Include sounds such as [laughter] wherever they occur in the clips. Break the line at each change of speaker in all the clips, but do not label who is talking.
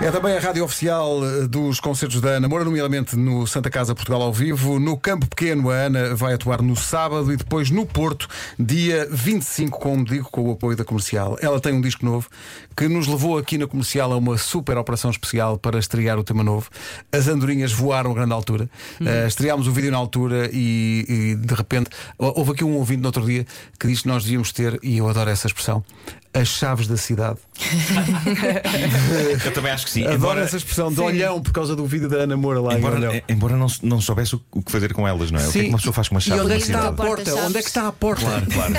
É também a rádio oficial eh, dos concertos da Ana Moura, nomeadamente no Santa Casa Portugal ao vivo. No Campo Pequeno, a Ana vai atuar no sábado e depois no Porto, dia 25, como digo, com o apoio da comercial. Ela tem um disco novo que nos levou aqui na comercial a uma super operação especial para estrear o tema novo. As andorinhas voaram a grande altura. Eh, estreámos o vídeo na altura e, e, de repente hou- houve aqui um ouvinte no outro dia que disse que nós devíamos ter, e eu adoro essa expressão, as chaves da cidade.
[laughs] Eu também acho que sim.
Adoro
Embora,
essa expressão de olhão por causa do vídeo da Ana Moura lá em Olhão.
embora, embora não, não soubesse o- o que fazer com elas, não é? O que é que uma pessoa faz com uma chave
E onde é que
de uma
está a
cidade?
porta?
Porta-chaves.
Onde é que está a porta?
Claro,
[laughs]
claro.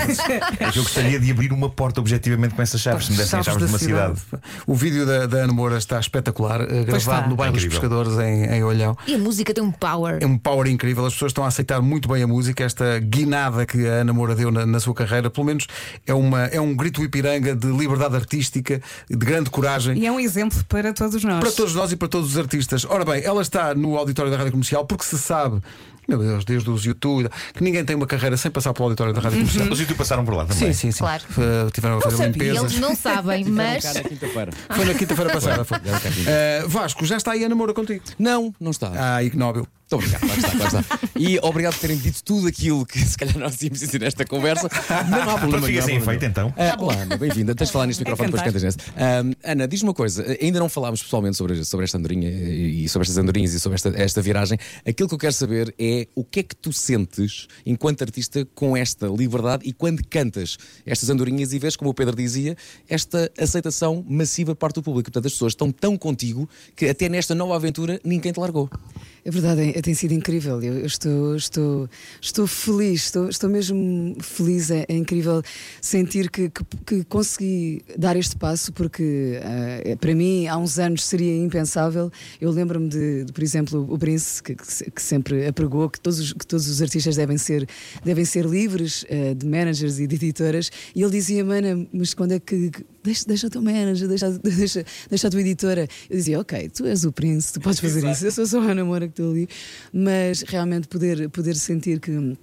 Mas eu gostaria de abrir uma porta objetivamente com essas chaves, se me dessem as
Chaves
chaves
da
de uma cidade.
O vídeo da, da Ana Moura está espetacular, eh, gravado
está.
no bairro dos
Incrível.
Pescadores, em, em Olhão.
E a música tem um power.
É um power incrível, as pessoas estão a aceitar muito bem a música. Esta guinada que a Ana Moura deu na, na sua carreira, pelo menos, é, uma, é um grito ipiranga de liberdade artística, de grande coragem.
E é um exemplo para todos nós.
Para todos nós e para todos os artistas. Ora bem, ela está no auditório da Rádio Comercial porque se sabe, meu Deus, desde os YouTube, que ninguém tem uma carreira sem passar pelo auditório
[laughs]
da Rádio Comercial.
Os YouTube passaram por lá
Sim,
também.
sim, sim.
Claro.
Eh, tiveram a
Não
fazer
sabia,
limpezas.
eles não
[laughs]
sabem, mas
um
um
quinta-feira.
Foi na
[laughs]
quinta-feira passada. foi.
Já cá tinha.
Eh, Vasco, já está aí a namora contigo.
Não, não está.
Ah, ignóbil.
Muito obrigado, lá está, lá está. E obrigado por terem dito tudo aquilo que se calhar nós íamos dizer nesta conversa. Não há
Pronto,
problema.
fica sem
não há problema.
efeito então.
Ah, olá, Ana, bem-vinda. Tens de falar neste microfone, depois
cantar.
cantas nesse. Ahm, Ana, diz-me uma coisa. Ainda não falámos pessoalmente sobre, sobre esta andorinha e e sobre estas andorinhas e sobre esta, esta viragem. Aquilo que eu quero saber é o que é que tu sentes enquanto artista com esta liberdade e quando cantas estas andorinhas e vês, como o Pedro dizia, esta aceitação massiva por parte do público. Portanto, as pessoas estão tão contigo que até nesta nova aventura ninguém te largou.
É verdade, é- tem sido incrível. Eu eu estou, estou, estou feliz, estou, estou mesmo feliz. É, é incrível sentir que, que, que consegui dar este passo, porque ah, é- para mim há uns anos seria impensável. Eu lembro-me de, de, por exemplo, o Prince, que, que se- que sempre apregou que todos, os, que todos os artistas devem ser, devem ser livres ah, de managers e de editoras, e ele dizia: Mana, mas quando é que. que- Deixa, deixa o teu manager, deixa, deixa, deixa a tua editora. Eu dizia, ok, tu és o príncipe, tu podes fazer isso. Eu sou só a namora que estou ali. Mas realmente poder, poder sentir que.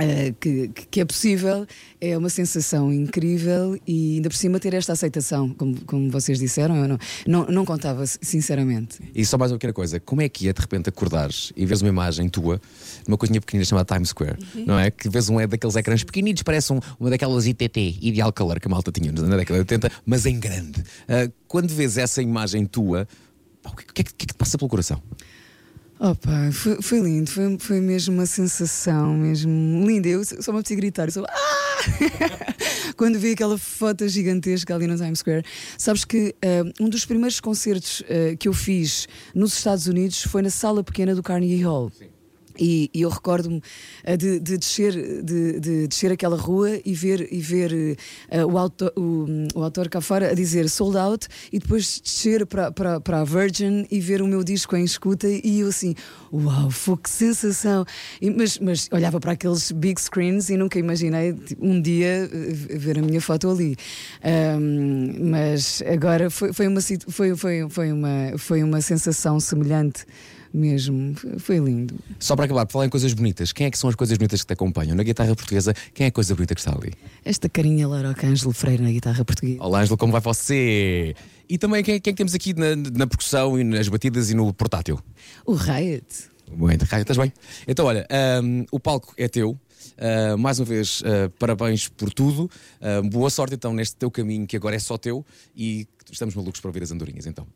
eh, que, que- que é possível, é uma sensação incrível e ainda por cima ter esta aceitação, como, como vocês disseram, eu não, não, não contava sinceramente.
E só mais uma pequena coisa, como é que é de repente acordares e vês uma imagem tua numa coisinha pequenina chamada Times Square, não é? Que vês um é daqueles ecrãs pequeninos, parece um- uma daquelas ITT, Ideal Color, que a malta tinha na década de 80, mas em grande. Ah, quando vês essa imagem tua, pá, o que, o que é que, o que é que te passa pelo coração?
Opa, foi, foi lindo, foi, foi mesmo uma sensação, mesmo linda. Eu só me apeteci gritar, eu sou. "Ah!" [laughs] Quando vi aquela foto gigantesca ali no Times Square. Sabes que ah, um dos primeiros concertos ah, que eu fiz nos Estados Unidos foi na sala pequena do Carnegie Hall. E, e eu recordo-me ah, de, de descer, de, de descer aquela rua e ver, e ver ah, o, autor, o, o autor cá fora a dizer sold out e depois descer para, para, para a Virgin e ver o meu disco em escuta e eu assim, uau, foi que sensação! E- mas, mas olhava para aqueles big screens e nunca imaginei tipo, um dia eh, ver a minha foto ali. Ahm, mas agora foi, foi, uma, situ- foi, foi, foi, uma, foi uma sensação semelhante mesmo, Foi- foi lindo.
Só para acabar, por falar em coisas bonitas, quem é que são as coisas bonitas que te acompanham? Na guitarra portuguesa, quem é a coisa bonita que está ali?
Esta carinha Laura Arcângelo Freire na guitarra portuguesa.
Oh.
Olá, Ângelo, como vai você? E também quem, quem é que temos aqui na, na percussão e nas batidas e no portátil?
O Riot.
Muito, Raio, estás bem? Então, olha, hum, o palco é teu. Uh, mais uma vez, uh, parabéns por tudo. Uh, boa sorte então neste teu caminho que agora é só teu e estamos malucos para ouvir as andorinhas então.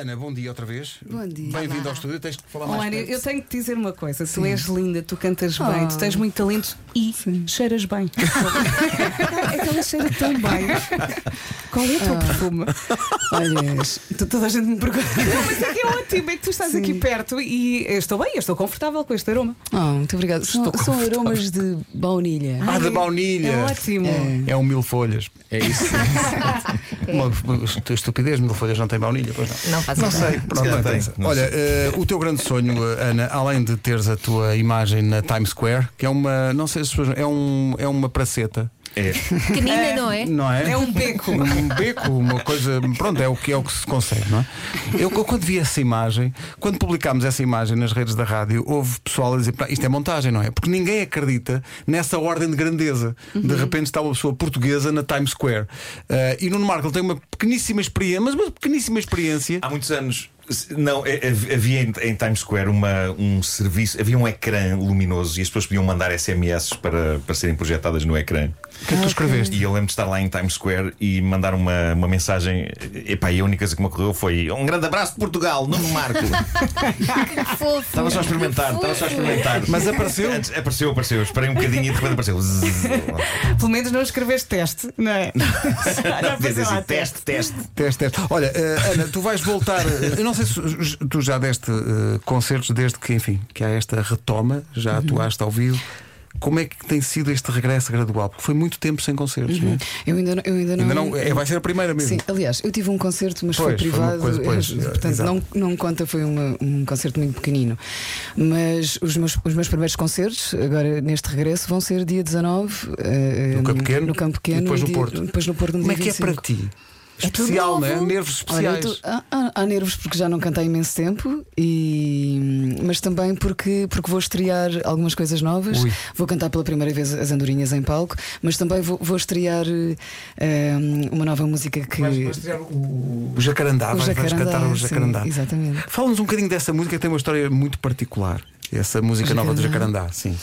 Ana, bom dia outra vez.
Bom dia.
Bem-vindo ao estúdio, tens de falar mais.
Olha,
perto.
eu tenho que te dizer uma coisa: tu és linda, tu cantas bem,
Oh.
tu tens muito talento e cheiras [laughs] bem. Aquela cheira tão bem. Qual é o teu perfume?
Olha,
Tu- Toda a gente me pergunta. Mas é que é ótimo, é que tu estás aqui perto e eu estou bem, eu estou confortável com este aroma.
oh, muito obrigada. São, são aromas de baunilha.
Ah, de baunilha.
É ótimo.
É um mil folhas.
É isso.
É.
Uma uma estupidez, mil folhas não tem baunilha, pois não.
não faz ideia.
Sei, pronto,
calhar
não
tem,
interessa.
não
Olha, eh, o teu grande sonho, eh, Ana, além de teres a tua imagem na Times Square, que é uma, não sei se é, um, é uma praceta
É.
Pequenina, não
[laughs]
é?
Não é?
É um beco.
Um beco, uma coisa. Pronto, é o que, é o que se consegue, não é? Eu, eu quando vi essa imagem, quando publicámos essa imagem nas redes da rádio, houve pessoal a dizer: "Pá, isto é montagem, não é? Porque ninguém acredita nessa ordem de grandeza. De repente está uma pessoa portuguesa na Times Square. Ah, e Nuno Marco ele tem uma pequeníssima experiência, mas uma pequeníssima experiência.
Há muitos anos. Não, é- é- havia em, em Times Square uma, um serviço, havia um ecrã luminoso e as pessoas podiam mandar SMS para, para serem projetadas no ecrã.
O que é que tu escreveste?
E eu lembro de estar lá em Times Square e mandar uma, uma mensagem. Epá, e a única coisa que me ocorreu foi um grande abraço de Portugal, Nuno
[laughs]
Marco.
Fofo.
Estava só a experimentar, estava só a experimentar.
Mas apareceu?
Antes- apareceu, apareceu. Esperei um bocadinho e de repente apareceu. Zzz.
Pelo menos não escreveste teste, não é? [laughs] Já
Devia
passei
dizer,
lá teste.
assim, teste, teste.
Teste, teste. Olha, eh, Ana, tu vais voltar. eh, eu não sei se j- tu já deste eh, concertos desde que, enfim, que há esta retoma, já atuaste ao vivo. Como é que tem sido este regresso gradual? Porque foi muito tempo sem concertos, não é?
Eu ainda não. Eu ainda não,
Ainda não, é, vai ser a primeira mesmo.
Sim, aliás, eu tive um concerto, mas
Pois,
foi
foi uma
privado,
coisa- pois, é,
eh, portanto
exato.
não, não conta, foi uma- um concerto muito pequenino. Mas os meus, os meus primeiros concertos, agora neste regresso, vão ser dia 19 eh,
No Campo Pequeno
no Campo Pequeno
e depois no
dia-
Porto.
Depois no Porto no
Como é
dia
que é para
25.
ti?
É tudo
Especial,
novo.
né? Nervos
Olha, eu
especiais.
tô- há, há- há nervos porque já não cantei há imenso tempo, e, mas também porque, porque vou estrear algumas coisas novas.
Ui.
Vou cantar pela primeira vez as andorinhas em palco, mas também vou, vou estrear eh, uma nova música que.
o, jacarandá,
o
Ah, vais, vais
Jacarandá,
cantar o
sim,
jacarandá.
exatamente.
Fala-nos um bocadinho dessa música, tem uma história muito particular. Essa música nova do
Jacarandá.
jacarandá, sim.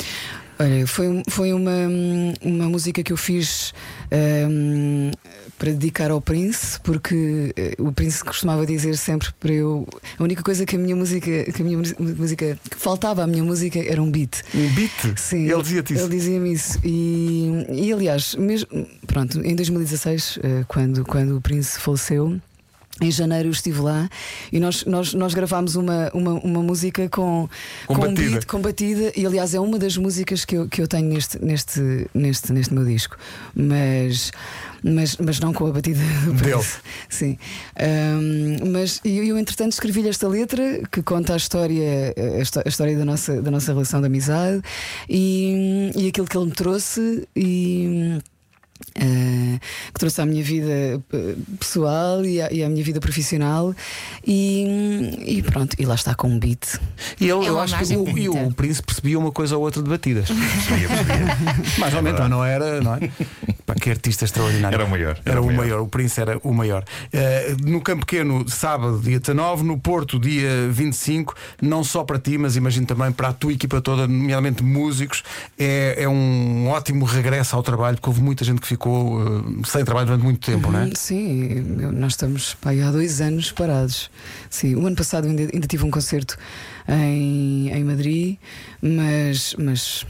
Olha, foi, um- foi uma, hum, uma música que eu fiz hum, para dedicar ao Prince, porque eh, o Prince costumava dizer sempre para eu. A única coisa que a minha música, que a minha mus- música que faltava à minha música era um beat.
Um beat?
Sim,
Ele dizia-te isso.
Ele dizia-me isso. E, e, aliás, mesmo, pronto, em 2016, eh, quando, quando o Prince faleceu. Em janeiro eu estive lá e nós, nós, nós gravámos uma, uma, uma música com,
Com
com um
batida.
beat, com batida, e aliás é uma das músicas que eu, que eu tenho neste, neste, neste, neste meu disco, mas, mas, mas não com a batida do
Dele.
Prince. Sim. Ahm, mas eu, eu, entretanto, escrevi-lhe esta letra que conta a história, a histó- a história da, nossa, da nossa relação de amizade e, e aquilo que ele me trouxe e. ah, que trouxe à minha vida eh, pessoal e à, e à minha vida profissional, e, e pronto, e lá está com um beat.
E ele,
É
eu
uma
acho que
imagem
o, e
bonita.
o príncipe percebia uma coisa ou outra de
[laughs]
batidas.
Percebia, percebia.
Mais ou menos, não era, não é? Pá, que artista extraordinário.
Era o maior,
Era, o maior. o Prince era o maior. Eh, no Campo Pequeno, sábado, dia 19, no Porto, dia 25, não só para ti, mas imagino também para a tua equipa toda, nomeadamente músicos. É, é um ótimo regresso ao trabalho, porque houve muita gente que ficou eh, sem trabalho durante muito tempo, não é?
Hum, Sim, eu- nós estamos pá, aí há dois anos parados. Sim, o ano passado ainda, ainda tive um concerto em, em Madrid, mas. mas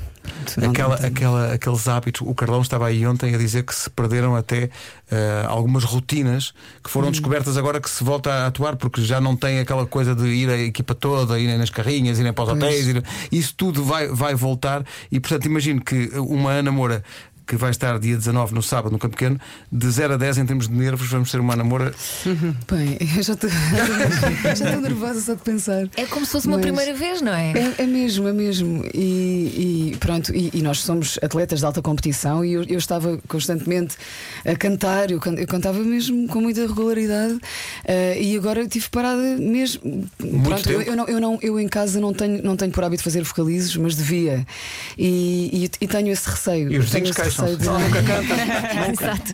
pronto, então. não-
Aquela,
não tenho-
aquela, aqueles hábitos, o Carlão estava aí ontem a dizer que se perderam até eh, algumas rotinas que foram descobertas agora que se volta a atuar, porque já não tem aquela coisa de ir a equipa toda, ir nas carrinhas, irem para os hotéis, ir- isso tudo vai, vai voltar e portanto imagino que uma Ana Moura. Que vai estar dia 19 no sábado no Campo Pequeno, de 0 a 10 em termos de nervos, vamos ser uma Ana Moura
Bem, [laughs] eu já estou já estou nervosa só de pensar.
É como se fosse uma
Mas-
primeira vez, não
[laughs]
é?
É, é mesmo, é mesmo. E, e pronto, e, e nós somos atletas de alta competição e eu, eu estava constantemente a cantar, eu, can- eu cantava mesmo com muita regularidade eh, e agora eu tive parada mesmo. pronto, eu,
tempo.
eu não, eu, não- eu em casa não tenho, não tenho por hábito fazer vocalizes, mas devia. E, e- e tenho esse receio.
e os
tenho
vizinhos
esse
queixam-se.
receio de-
Ela
[laughs]
nunca canta.
Exato.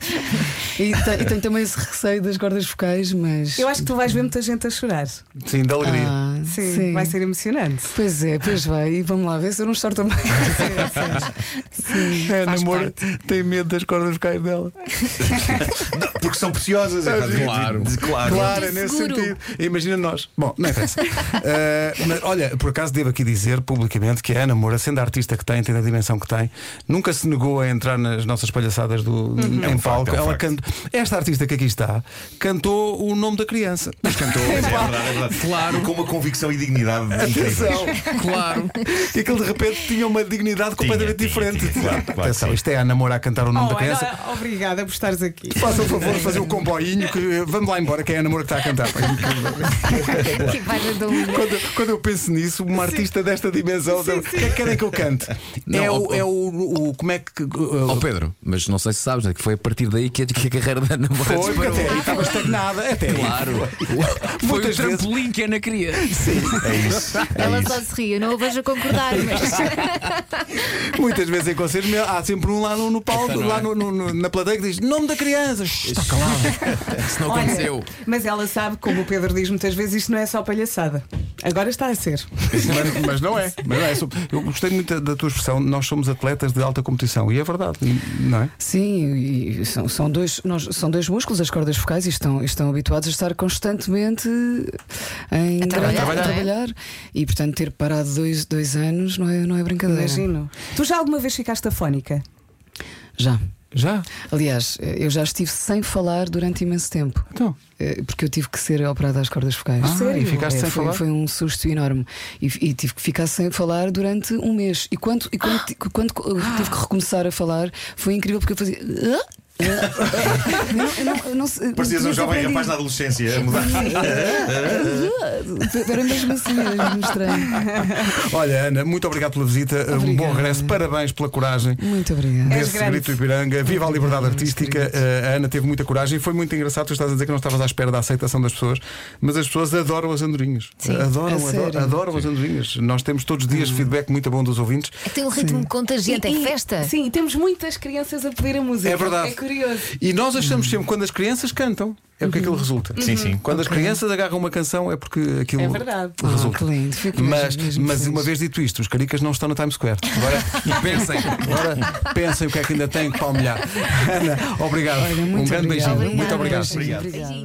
e, te- e tenho também esse receio das cordas vocais, mas.
Eu acho que tu vais ver muita gente a chorar. Sim,
Sim, de alegria.
Ah,
vai ser emocionante.
Pois é, pois vai, e vamos lá ver se eu não
[laughs]
choro também.
a Ana
faz
Moura tem medo das cordas vocais dela.
Não, Porque são preciosas. é quase-
Claro.
de- claro.
Claro,
Não
é
tem
nesse
seguro.
sentido. Imagina nós. Bom,
[laughs]
não interessa. uh, mas olha, por acaso devo aqui dizer publicamente que a Ana Moura, sendo a artista que tem, tendo a dimensão que tem, nunca se negou a entrar nas nossas palhaçadas do, em
É um
palco.
facto, é um
Ela
facto.
cantou, esta artista que aqui está cantou o nome da criança. Mas [laughs] cantou.
Pois é, é verdade, é verdade.
Claro.
E Com uma convicção e dignidade incrível.
Atenção.
Claro.
E aquilo de repente tinha uma dignidade completamente
tinha,
diferente.
tinha, claro, claro que
Atenção,
sim.
isto é a Ana Moura a cantar o nome da
Oh,
criança.
Ana, obrigada por estares aqui.
Faça o favor de fazer o comboinho que vamos lá embora, que é a Ana Moura que está a cantar.
[laughs]
É.
Que vai dar um-
Quando, quando eu penso nisso, um uma artista desta dimensão, o que é que querem que eu cante?
Não,
é o,
ou-
é o, o- Como é que. uh,
[laughs] Ó Pedro, mas não sei se sabes, é que foi a partir daí que a, que a carreira da Ana Moura
Foi, porque
disparou.
até aí estava estagnada. Até aí.
Claro. Foi o
Muitas vezes-
trampolim que a Ana queria.
É isso.
Ela
É isso.
só se ria, não a vejo a concordar,
[laughs]
mas
Muitas vezes em conselhos há sempre um lá no, no palco, lá no- no- no- na plateia, que diz nome da criança. tá Está calado.
Isso não
Olha,
aconteceu.
Mas ela sabe, como o Pedro diz muitas vezes, isto não é só palhaçada. Agora está a ser.
mas, mas não é. Mas não é. Sou- Eu gostei muito da- da tua expressão. Nós somos atletas de alta competição. E é verdade, n- não é?
Sim, e são, são dois, nós- são dois músculos, as cordas focais, e estão, e estão habituados a estar constantemente em
A trabalhar,
a
não é?
trabalhar. E portanto, ter parado dois, dois anos não é, não é brincadeira.
Imagino. Tu já alguma vez ficaste afónica?
Já.
Já?
Aliás, eu já estive sem falar durante imenso tempo.
Então.
Eh, Porque eu tive que ser operada às cordas focais.
Ah, Sério? e ficaste
É,
sem
foi,
falar?
foi um susto enorme. E, e tive que ficar sem falar durante um mês. E quando, e quando, ti- quando eu tive que recomeçar a falar, foi incrível porque eu fazia. "Ah?" Ah? [laughs] não, eu não, eu não sei-
Parecias um
tinha
jovem
aprendido.
rapaz na adolescência a mudar.
Era mesmo assim, era mesmo estranho.
Olha, Ana, muito obrigado pela visita. Um bom
Obrigada.
regresso. Parabéns pela coragem.
Muito
É.
obrigada.
És
Desse
grande.
grito do Ipiranga, viva a liberdade artística. Eh, A Ana teve muita coragem e foi muito engraçado. Tu estás a dizer que não estavas à espera da aceitação das pessoas, mas as pessoas adoram as andorinhas.
Sim.
A
adoram, adoram,
sério? Uhum.
adoram as andorinhas. Nós temos todos os dias feedback muito bom dos ouvintes.
tem um ritmo contagiante, é
E- e-
festa.
Sim, e temos muitas crianças a pedir a música.
É verdade.
É curioso.
E nós
Uhum.
achamos sempre quando as crianças cantam, é porque aquilo resulta.
Sim, sim.
Quando as crianças agarram uma canção, é porque aquilo
É verdade.
Ah,
resulta.
que lindo. Fico mesmo,
Mas,
mesmo assim.
mas
feliz.
uma vez dito isto, os caricas não estão no Times Square. Agora
[laughs]
pensem, agora pensem o que é que ainda têm que palmilhar. [laughs] Ana, obrigado.
Olha,
um
muito
grande beijinho.
obrigada.
Muito obrigado.
Obrigada.
Obrigada.